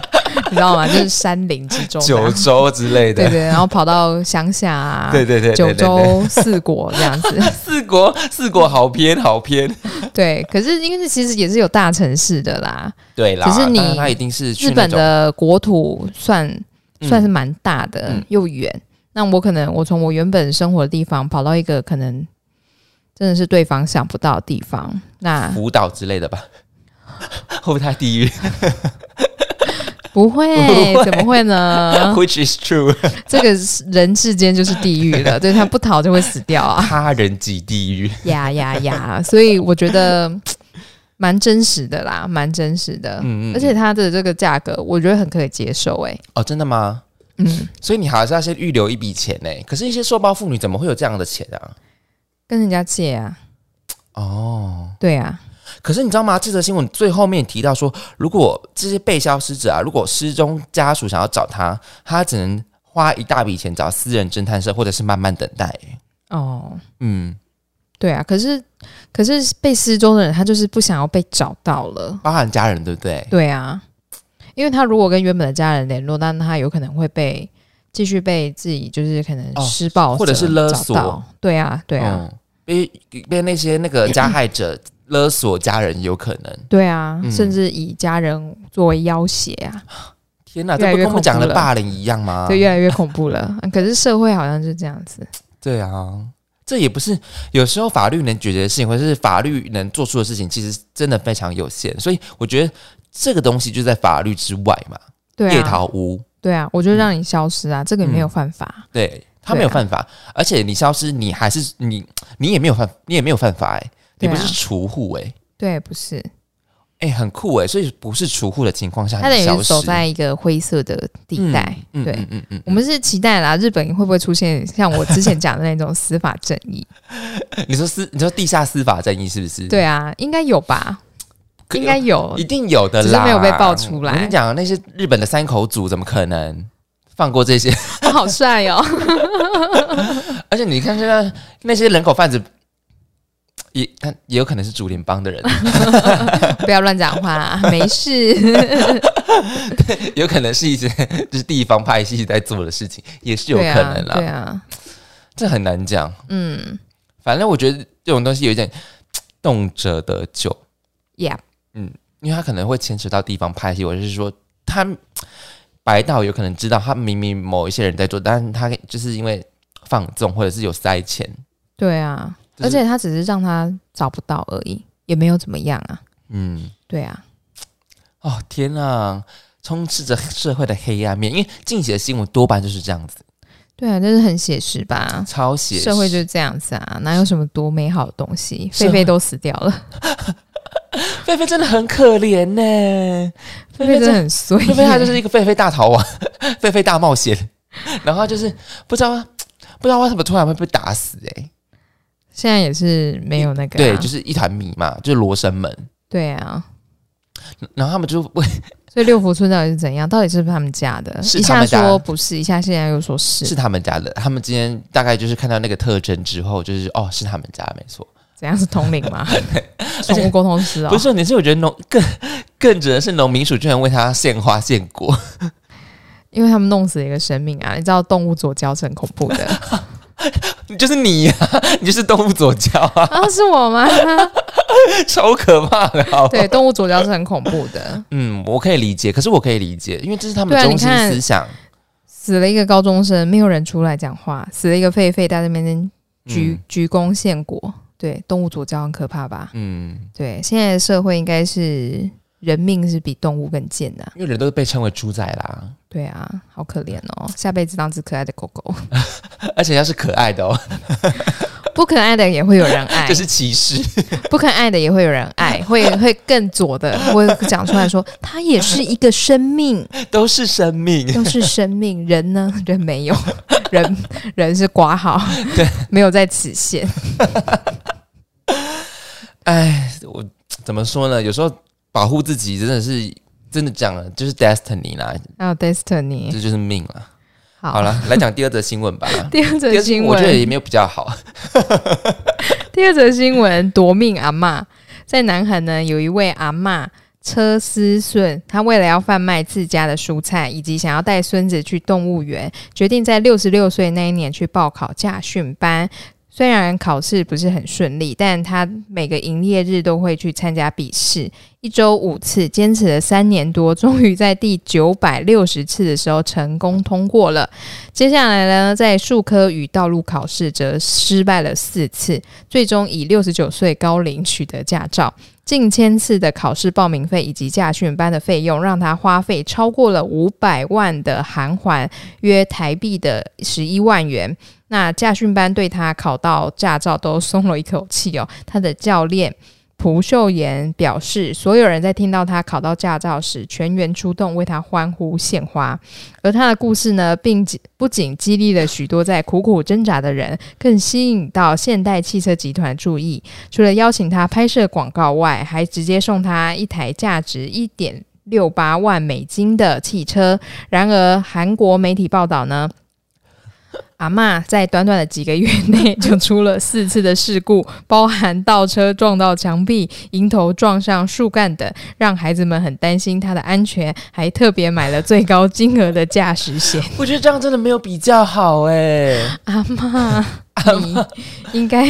Speaker 1: 你知道吗？就是山林之中啊，
Speaker 2: 九州之类
Speaker 1: 对
Speaker 2: 的。
Speaker 1: 对，然后跑到乡下啊，
Speaker 2: 对对对，对
Speaker 1: 九
Speaker 2: 对对
Speaker 1: 州四国这样 子，
Speaker 2: 四国四国好偏好偏。
Speaker 1: 对。可是因为这其实也是有大城市的啦，
Speaker 2: 对啦，
Speaker 1: 可是你
Speaker 2: 当然他一定是去
Speaker 1: 日本
Speaker 2: 那种
Speaker 1: 的国土算
Speaker 2: 嗯
Speaker 1: 算是蛮大的，
Speaker 2: 嗯
Speaker 1: 又远。那我可能我从我原本生活的地方跑到一个可能真的是对方想不到的地方，那
Speaker 2: 福岛之类的 吧。会不会太地狱
Speaker 1: 不会
Speaker 2: 不会
Speaker 1: 怎么会 呢？
Speaker 2: ？Which is true，
Speaker 1: 这个是人世间就是地狱了，对他不逃就会死掉啊！
Speaker 2: 他人即地狱。
Speaker 1: 呀呀呀！所以我觉得蛮真实的啦，蛮真实的。
Speaker 2: 嗯嗯嗯
Speaker 1: 而且它的这个价格，我觉得很可以接受、欸。
Speaker 2: 哦，真的吗？
Speaker 1: 嗯，
Speaker 2: 所以你还是要先预留一笔钱呢。可是，一些受暴妇女怎么会有这样的钱啊？
Speaker 1: 跟人家借啊，
Speaker 2: 哦，
Speaker 1: 对啊，
Speaker 2: 可是你知道吗？这则新闻最后面提到说，如果这些被消失者啊，如果失踪家属想要找他，他只能花一大笔钱找私人侦探社，或者是慢慢等待。
Speaker 1: 哦，
Speaker 2: 嗯，
Speaker 1: 对啊。可是，可是被失踪的人，他就是不想要被找到了。
Speaker 2: 包含家人，对不对？
Speaker 1: 对啊，因为他如果跟原本的家人联络，那他有可能会被继续被自己就是可能
Speaker 2: 哦
Speaker 1: 施暴者
Speaker 2: 或者是勒
Speaker 1: 找
Speaker 2: 索
Speaker 1: 到。对啊，对啊，
Speaker 2: 嗯，被被那些那个加害者勒索家人有可能。
Speaker 1: 对啊，
Speaker 2: 嗯
Speaker 1: 甚至以家人作为要挟啊，
Speaker 2: 天哪，
Speaker 1: 越来
Speaker 2: 这不
Speaker 1: 越
Speaker 2: 跟
Speaker 1: 恐
Speaker 2: 我们
Speaker 1: 怖
Speaker 2: 讲的
Speaker 1: 了
Speaker 2: 霸凌一样吗？
Speaker 1: 就越来越恐怖了。 可是社会好像就这样子，
Speaker 2: 对啊，这也不是有时候法律能解决的事情，或者是法律能做出的事情，其实真的非常有限。所以我觉得这个东西就在法律之外嘛，
Speaker 1: 对
Speaker 2: 夜
Speaker 1: 啊，
Speaker 2: 逃嗯屋。
Speaker 1: 对啊，我就让你消失啊，这个也没有犯法，
Speaker 2: 对他没有
Speaker 1: 对啊
Speaker 2: 犯法，而且你消失，你还是你，你也没有犯，你也没有犯法哎、你
Speaker 1: 对啊
Speaker 2: 不是除户哎、欸，
Speaker 1: 对，不是，
Speaker 2: 哎、很酷哎、所以不是除户的情况下，
Speaker 1: 他等于
Speaker 2: 你消
Speaker 1: 是
Speaker 2: 失
Speaker 1: 走在一个灰色的地带，
Speaker 2: 嗯
Speaker 1: 对。
Speaker 2: 嗯嗯嗯
Speaker 1: 我们是期待啦，日本会不会出现像我之 前讲的那种司法正义？
Speaker 2: 嗯，你说司，你说地下司法正义是不是？
Speaker 1: 对啊，应该有吧？
Speaker 2: 可，
Speaker 1: 应该有
Speaker 2: 一，定有的
Speaker 1: 只是
Speaker 2: 啦，
Speaker 1: 没有被爆出来
Speaker 2: 我跟你讲，那些日本的三口组怎么可能放过这些？
Speaker 1: 哦好帅 哦！
Speaker 2: 而且你看现在那些人口贩子，也看也有可能是竹联帮的人，
Speaker 1: 不要乱讲 话，没事。
Speaker 2: 有可能是一些 就是地方派系在做的事情，也是有可
Speaker 1: 对啊
Speaker 2: 能，啦。
Speaker 1: 对啊，
Speaker 2: 这很难讲。
Speaker 1: 嗯
Speaker 2: 反正我觉得这种东西有一点动辄得咎，
Speaker 1: ，Yeah，
Speaker 2: 因为他可能会牵扯到地方派系，我是说他白道有可能知道他明明某一些人在做，但是他就是因为放纵或者是有塞钱，
Speaker 1: 对啊，
Speaker 2: 就是
Speaker 1: 而且他只是让他找不到而已，也没有怎么样啊。
Speaker 2: 嗯，
Speaker 1: 对啊，
Speaker 2: 哦天啊，充斥着社会的黑暗面，因为近期的新闻多半就是这样子。
Speaker 1: 对啊，这是很写实吧？
Speaker 2: 超写实
Speaker 1: 社会就是这样子啊，哪有什么多美好的东西？
Speaker 2: 社
Speaker 1: 狒
Speaker 2: 会
Speaker 1: 狒都死掉 了，
Speaker 2: 狒狒真的很可怜呢、
Speaker 1: 狒狒真的很衰。
Speaker 2: 狒狒它就是一个狒狒大逃亡， 狒狒大冒险，然后它就是不知道不知道为什么突然会被打死哎、
Speaker 1: 现在也是没有那个啊、
Speaker 2: 对，就是一团迷嘛，就是罗生门，
Speaker 1: 对啊。
Speaker 2: 然后他们就为
Speaker 1: 所以六福村到底是怎样？到底是不是他们家的？
Speaker 2: 是
Speaker 1: 一
Speaker 2: 他
Speaker 1: 下
Speaker 2: 们家
Speaker 1: 说不是，一下现在又说是，
Speaker 2: 是他们家的，他们今天大概就是看到那个特征之后，就是哦是他们家没错，
Speaker 1: 怎样是通灵 吗？宠物沟通师哦，
Speaker 2: 不是重点是我觉得农更更指的是农民署居然为他献花献果，
Speaker 1: 因为他们弄死了一个生命啊！你知道动物左交是很恐怖 的
Speaker 2: 你就是你呀、你就是动物左交啊，
Speaker 1: 啊？是我吗？
Speaker 2: 超可怕的好不好
Speaker 1: 对，动物左交是很恐怖的。
Speaker 2: 嗯，我可以理解，可是我可以理解，因为这是他们
Speaker 1: 对啊
Speaker 2: 中
Speaker 1: 你
Speaker 2: 心
Speaker 1: 看
Speaker 2: 思想。
Speaker 1: 死了一个高中生，没有人出来讲话；死了一个狒狒，在那边鞠、鞠躬献果。对，动物左交很可怕吧？
Speaker 2: 嗯，嗯
Speaker 1: 对，现在的社会应该是人命是比动物更贱的啊、
Speaker 2: 因为人都被称为猪仔 啦，
Speaker 1: 对啊，好可怜哦，下辈子当只可爱的狗狗，
Speaker 2: 而且要是可爱的哦，
Speaker 1: 不可爱的也会有人爱
Speaker 2: 这，是歧视。
Speaker 1: 不可爱的也会有人爱，会会更左的会讲出来说，它也是一个生命，
Speaker 2: 都是生命，
Speaker 1: 又是生命，人呢？人没有， 人人是挂号，没有在此限。
Speaker 2: 哎，我怎么说呢？有时候保护自己真的是真的讲了，就是 destiny 啦，
Speaker 1: 还有啊 destiny，
Speaker 2: 这就是命啦。
Speaker 1: 嗯好
Speaker 2: 好，了，来讲第二则新闻吧。
Speaker 1: 第二
Speaker 2: 第
Speaker 1: 则
Speaker 2: 二新
Speaker 1: 新
Speaker 2: 闻我觉得也
Speaker 1: 闻，
Speaker 2: 没有比 较好。
Speaker 1: 第二则新闻，夺命阿嬷在南韩呢，有一位阿嬷车思顺，她为了要贩卖自家的蔬菜，以及想要带孙子去动物园，决定在六十六岁那一年去报考驾训班。虽然考试不是很顺利，但她每个营业日都会去参加笔试，一周五次，坚持了三年多，终于在第九百六十次的时候成功通过了。接下来呢，在数科与道路考试则失败了四次，最终以六十九岁高龄取得驾照。近千次的考试报名费以及驾训班的费用，让他花费超过了五百万的韩环，约台币的十一万元。那驾训班对他考到驾照都松了一口气哦。他的教练蒲秀妍表示，所有人在听到他考到驾照时，全员出动为他欢呼献花。而他的故事呢，并不仅激励了许多在苦苦挣扎的人，更吸引到现代汽车集团注意。除了邀请他拍摄广告外，还直接送他一台价值一点六八万美金的汽车。然而，韩国媒体报道呢。 阿嬷在短短的几个月内就出了四次的事故，包含倒车撞到墙壁、迎头撞上树干等，让孩子们很担心她的安全，还特别买了最高金额的驾驶险。
Speaker 2: 我觉得这样真的没有比较好哎、
Speaker 1: 阿妈，你应该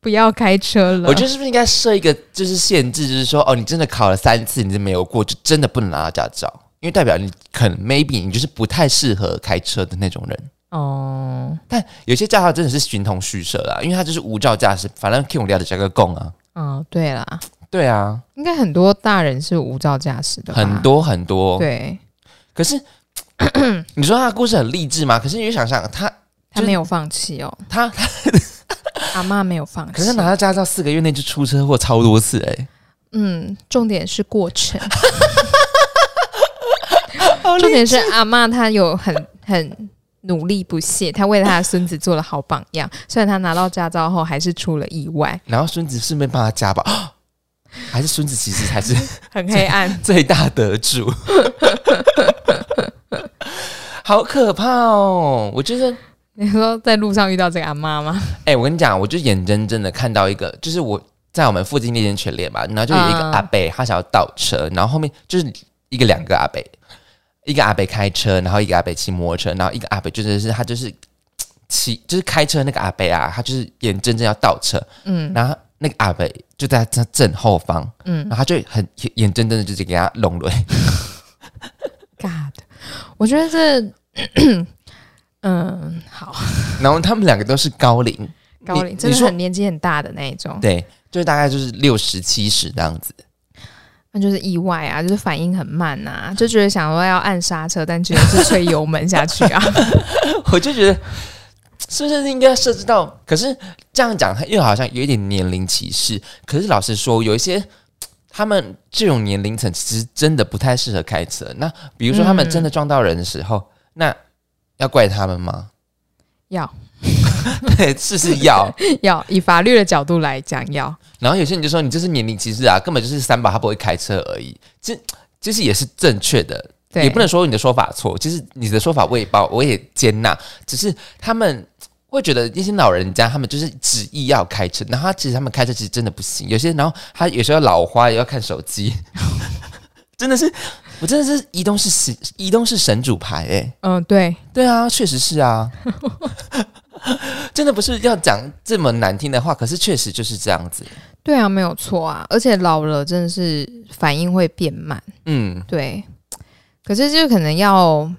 Speaker 1: 不要开车了。
Speaker 2: 我觉得是不是应该设一个就是限制，就是说哦，你真的考了三次，你是没有过，就真的不能拿到驾照，因为代表你可能 maybe 你就是不太适合开车的那种人。
Speaker 1: 哦
Speaker 2: 但有些驾照真的是形同虚设啊啦，因为它就是无照驾驶，反正 Q 聊的加个供啊。
Speaker 1: 哦，对啦，
Speaker 2: 对啊，
Speaker 1: 应该很多大人是无照驾驶的吧，
Speaker 2: 很多很多。，
Speaker 1: 对，
Speaker 2: 可是 你说他的故事很励志吗？可是你就想想，他
Speaker 1: 他
Speaker 2: 就是
Speaker 1: 没有放弃哦，
Speaker 2: 他他，
Speaker 1: 阿妈没有放弃。
Speaker 2: 可是拿到驾照四个月内就出车祸超多次哎、
Speaker 1: 嗯，重点是过程，重点是阿妈她有很很。努力不懈，她为她的孙子做了好榜样。虽然她拿到驾照后还是出了意外，
Speaker 2: 然后孙子顺便帮他加吧， 还是孙子其实才是
Speaker 1: 很黑暗。
Speaker 2: 最大得主， 好可怕哦！我觉得，
Speaker 1: 你说在路上遇到这个阿妈吗？
Speaker 2: 哎、我跟你讲，我就眼睁睁的看到一个，就是我在我们附近那间全联嘛，然后就有一个
Speaker 1: 嗯
Speaker 2: 阿伯，他想要倒车，然后后面就是一个两个阿伯，一个阿伯开车，然后一个阿伯骑摩托车，然后一个阿伯就真的是他就是骑就是开车那个阿伯啊，他就是眼睁睁要倒车，
Speaker 1: 嗯
Speaker 2: 然后那个阿伯就在他正后方，
Speaker 1: 嗯
Speaker 2: 然后他就很眼睁睁的就是给他拢了。
Speaker 1: God，我觉得这，嗯，好，
Speaker 2: 然后他们两个都是高龄，
Speaker 1: 高
Speaker 2: 你
Speaker 1: 龄真的
Speaker 2: 你说
Speaker 1: 很年纪很大的那一种。
Speaker 2: 对，就是大概就是六十七十这样子。
Speaker 1: 那就是意外啊，就是反应很慢啊，就觉得想说要按刹车，但居然是吹油门下去啊。
Speaker 2: 我就觉得是不是应该设置到？可是这样讲又好像有一点年龄歧视。可是老实说，有一些他们这种年龄层其实真的不太适合开车。那比如说他们真的撞到人的时候，那要怪他们 吗？
Speaker 1: 要
Speaker 2: 对，是是要。
Speaker 1: 要以法律的角度来讲要，
Speaker 2: 然后有些人就说你这是年龄歧视啊，根本就是三宝他不会开车而已。这其实也是正确的，
Speaker 1: 对，
Speaker 2: 也不能说你的说法错，就是你的说法我也包，我也接纳，只是他们会觉得那些老人家他们就是执意要开车，然后他其实他们开车其实真的不行，有些然后他有时候老花也要看手机， 真的是我真的是移动是神移动是神主牌哎、
Speaker 1: 嗯，对，
Speaker 2: 对啊，确实是啊， 真的不是要讲这么难听的话，可是确实就是这样子，
Speaker 1: 对啊，没有错啊，而且老了真的是反应会变慢，
Speaker 2: 嗯。
Speaker 1: 对。可是就可能要，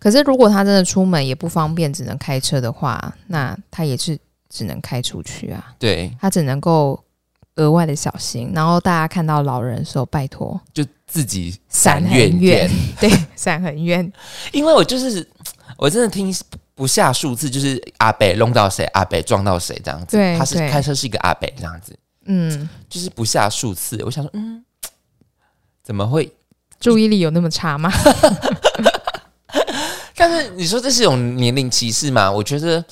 Speaker 1: 可是如果他真的出门也不方便，只能开车的话，那他也是只能开出去啊，
Speaker 2: 对，
Speaker 1: 他只能够额外的小心。然后大家看到老人的时候，拜托
Speaker 2: 就自己
Speaker 1: 闪
Speaker 2: 远
Speaker 1: 很远
Speaker 2: 一点，
Speaker 1: 对，闪很远，
Speaker 2: 因为我就是我真的听不下数次，就是阿北弄到谁，阿北撞到谁这样子。
Speaker 1: 对
Speaker 2: 他是
Speaker 1: 对
Speaker 2: 开车是一个阿北这样子，
Speaker 1: 嗯，
Speaker 2: 就是不下数次。我想说，嗯，怎么会？
Speaker 1: 注意力有那么差吗？
Speaker 2: 但是你说这是一种年龄歧视吗？我觉得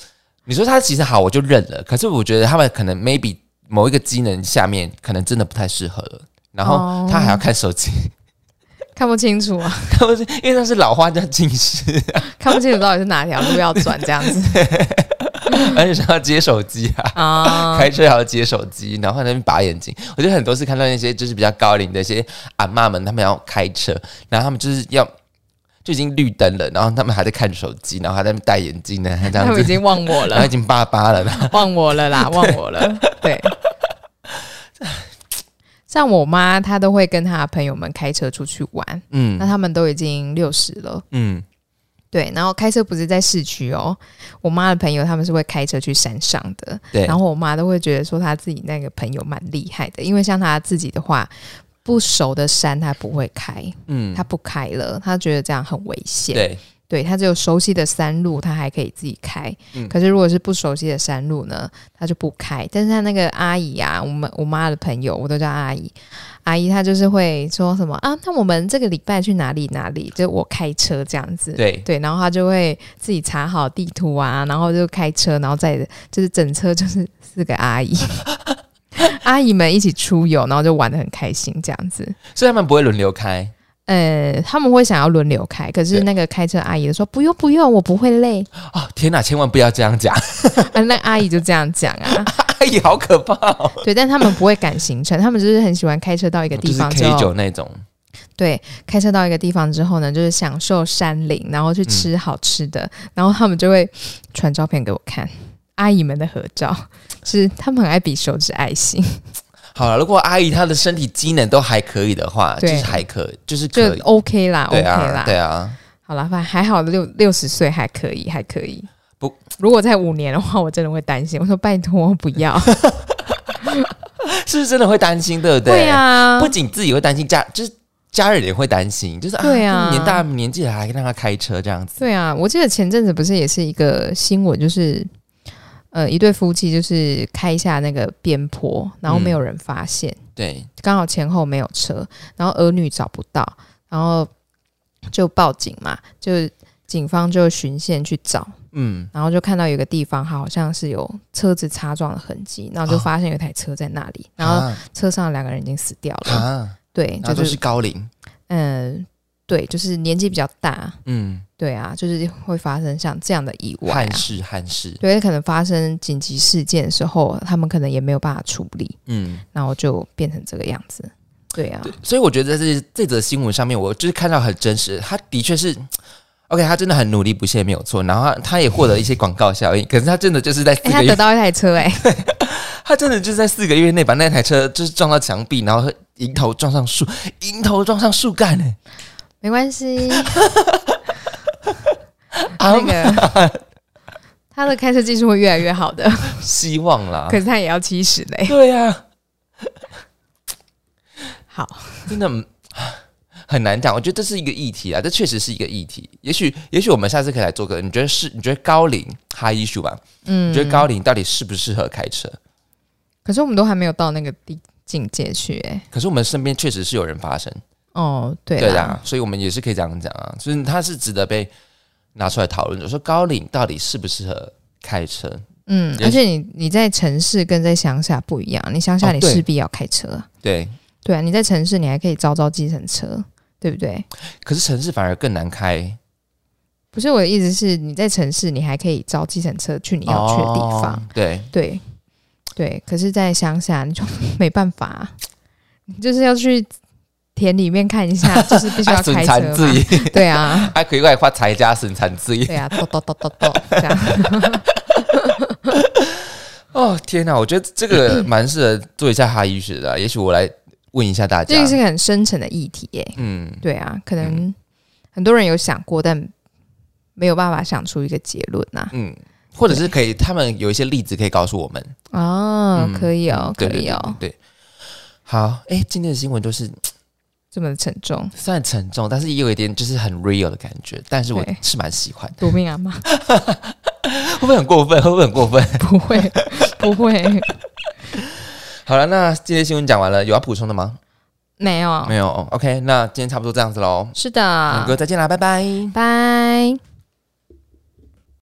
Speaker 2: 你说他其实好，我就认了。可是我觉得他们可能 maybe 某一个机能下面可能真的不太适合了。然后
Speaker 1: 哦
Speaker 2: 他还要看手机，
Speaker 1: 看不清楚啊，
Speaker 2: 他们是因为他是老花加近视，
Speaker 1: 看不清楚到底是哪条路要转这样子
Speaker 2: 而且是要接手机啊。
Speaker 1: 啊。
Speaker 2: 开车还要接手机，然后在那边拔眼睛。我觉得很多次看到那些就是比较高龄的一些阿嬷们，他们要开车，然后他们就是要就已经绿灯了，然后他们还在看手机，然后还在那边戴眼镜呢，还这
Speaker 1: 他
Speaker 2: 样
Speaker 1: 们已
Speaker 2: 子，
Speaker 1: 经忘我
Speaker 2: 然后
Speaker 1: 了
Speaker 2: 已，经巴巴了。然 后
Speaker 1: 忘我了啦，忘我了。对，像我妈，她都会跟她的朋友们开车出去玩，那
Speaker 2: 嗯
Speaker 1: 他们都已经六十了，
Speaker 2: 嗯，
Speaker 1: 对，然后开车不是在市区哦，我妈的朋友他们是会开车去山上的，
Speaker 2: 对
Speaker 1: 然后我妈都会觉得说她自己那个朋友蛮厉害的，因为像她自己的话。不熟的山，她不会开，
Speaker 2: 嗯
Speaker 1: 她不开了，她觉得这样很危险。
Speaker 2: 对，
Speaker 1: 对，它只有熟悉的山路，它还可以自己开。
Speaker 2: 嗯
Speaker 1: 可是如果是不熟悉的山路呢，它就不开。但是他那个阿姨啊，我们我妈的朋友，我都叫阿姨。阿姨她就是会说什么啊？那我们这个礼拜去哪里哪里？就我开车这样子。
Speaker 2: 对
Speaker 1: 对，然后她就会自己查好地图啊，然后就开车，然后再就是整车就是四个阿姨， 阿姨们一起出游，然后就玩的很开心这样子。
Speaker 2: 所以他们不会轮流开。
Speaker 1: 呃，他们会想要轮流开，可是
Speaker 2: 对
Speaker 1: 那个开车阿姨就说不用不用，我不会 累。
Speaker 2: 哦，天哪，千万不要这样讲，
Speaker 1: 啊，那阿姨就这样讲啊，
Speaker 2: 哎呀，好可怕哦！
Speaker 1: 对，但他们不会赶行程，他们就是很喜欢开车到一个
Speaker 2: 就
Speaker 1: 地
Speaker 2: 是
Speaker 1: 方之
Speaker 2: K
Speaker 1: 后，
Speaker 2: 九那种，
Speaker 1: 对，开车到一个地方之后呢，就是享受山林，然后去吃好吃的，然后他们就会传照片给我看，阿姨们的合照，是他们很爱比手指爱心，
Speaker 2: 好了，如果阿姨她的身体机能都还可以的话，就
Speaker 1: 对
Speaker 2: 是还可，就是
Speaker 1: 就
Speaker 2: 可以，
Speaker 1: OK 啦
Speaker 2: 对
Speaker 1: o k 啦
Speaker 2: 啊，，对啊。
Speaker 1: 好啦，反正还好，六六十岁还可以，还可以。
Speaker 2: 不，
Speaker 1: 如果在五年的话，我真的会担心。我说拜托不要，
Speaker 2: 是不是真的会担心，对不对？
Speaker 1: 对啊
Speaker 2: 不，仅自己会担心，家就是家人也会担心，就是
Speaker 1: 对啊
Speaker 2: 这么年大年纪了还让他开车这样子，
Speaker 1: 对啊。我记得前阵子不是也是一个新闻，就是呃一对夫妻就是开下那个边坡，然后没有人发现，
Speaker 2: 对，
Speaker 1: 刚好前后没有车，然后儿女找不到，然后就报警嘛，就警方就循线去找，
Speaker 2: 嗯，
Speaker 1: 然后就看到有个地方，它好像是有车子擦撞的痕迹，然后就发现有一台车在那里，然后呃
Speaker 2: 啊
Speaker 1: 车上两个人已经死掉了。
Speaker 2: 啊，
Speaker 1: 对，
Speaker 2: 然后
Speaker 1: 就
Speaker 2: 都
Speaker 1: 是
Speaker 2: 是高龄，
Speaker 1: 嗯、对，就是年纪比较大，
Speaker 2: 嗯，
Speaker 1: 对啊，就是会发生像这样的意外、
Speaker 2: 汉
Speaker 1: 啊。
Speaker 2: 室汉室，
Speaker 1: 对，可能发生紧急事件的时候，他们可能也没有办法处理，
Speaker 2: 嗯，
Speaker 1: 然后就变成这个样子。对啊，
Speaker 2: 所以我觉得在这这则新闻上面，我就是看到很真实，他的确是。OK，他真的很努力不懈，没有错。然后他他也获得一些广告效应，可是他真的就是在四
Speaker 1: 哎、
Speaker 2: 个
Speaker 1: 他
Speaker 2: 月
Speaker 1: 得，到一台车、 哎，
Speaker 2: 他真的就是在四个月内把那台车就是撞到墙壁，然后迎头撞上树，迎头撞上树干呢。
Speaker 1: 没关系，
Speaker 2: 啊
Speaker 1: 那，个 他的开车技术会越来越好的，
Speaker 2: 希望啦啊
Speaker 1: 可。是他也要七十嘞。
Speaker 2: 对呀、
Speaker 1: 好，
Speaker 2: 真的嗯很难讲。我觉得这是一个议题啊，这确实是一个议题。也许，也许我们下次可以来做个，你觉得是？你觉得高龄 high issue 吧？
Speaker 1: 嗯
Speaker 2: 你觉得高龄到底适不适合开车？
Speaker 1: 可是我们都还没有到那个地境界去、哎，
Speaker 2: 可是我们身边确实是有人发生，
Speaker 1: 哦，对
Speaker 2: 对
Speaker 1: 啦，
Speaker 2: 啊，所以我们也是可以这样讲啊，所以它是值得被拿出来讨论的。说高龄到底适不适合开车？
Speaker 1: 嗯，
Speaker 2: 也
Speaker 1: 而且你你在城市跟在乡下不一样，你乡下
Speaker 2: 哦
Speaker 1: 你
Speaker 2: 对
Speaker 1: 势必要开车啊、
Speaker 2: 对，
Speaker 1: 对啊，你在城市你还可以招招计程车，对不对？
Speaker 2: 可是城市反而更难开。
Speaker 1: 不是我的意思是，你在城市你还可以招计程车去你要去的地方，
Speaker 2: 哦对，
Speaker 1: 对对。可是，在乡下你就 没办法啊、你就是要去田里面看一下，就是必须要
Speaker 2: 啊损
Speaker 1: 开
Speaker 2: 残
Speaker 1: 车
Speaker 2: 自
Speaker 1: 嘛。
Speaker 2: 己，
Speaker 1: 对啊，
Speaker 2: 啊，可以外发财家损残自己。
Speaker 1: 对啊，咚咚咚咚咚这 样。
Speaker 2: 哦天哪，我觉得 这个蛮适合做一下哈医学的啊、也许我来问一下大家
Speaker 1: 这个。是个很深层的议题耶、
Speaker 2: 嗯，
Speaker 1: 对啊，可能很多人有想过，但没有办法想出一个结论啊呐、
Speaker 2: 嗯，或者是可以，他们有一些例子可以告诉我们。
Speaker 1: 哦，
Speaker 2: 嗯
Speaker 1: 可以哦，可
Speaker 2: 对对
Speaker 1: 以
Speaker 2: 对
Speaker 1: 哦，
Speaker 2: 对。对好，哎，今天的新闻就是
Speaker 1: 这么的沉重，
Speaker 2: 虽然沉重，但是也有一点就是很 real 的感觉，但是我
Speaker 1: 对
Speaker 2: 是蛮喜欢的。
Speaker 1: 夺命啊 妈，
Speaker 2: 会不会很过分？会不会很过分？
Speaker 1: 不会， 不会，
Speaker 2: 好了，那今天新闻讲完了，有要补充的吗？哦
Speaker 1: 没有，
Speaker 2: 没有。OK，那今天差不多这样子喽。
Speaker 1: 是
Speaker 2: 我们哥
Speaker 1: 的，
Speaker 2: 再见啦，拜拜。
Speaker 1: 拜。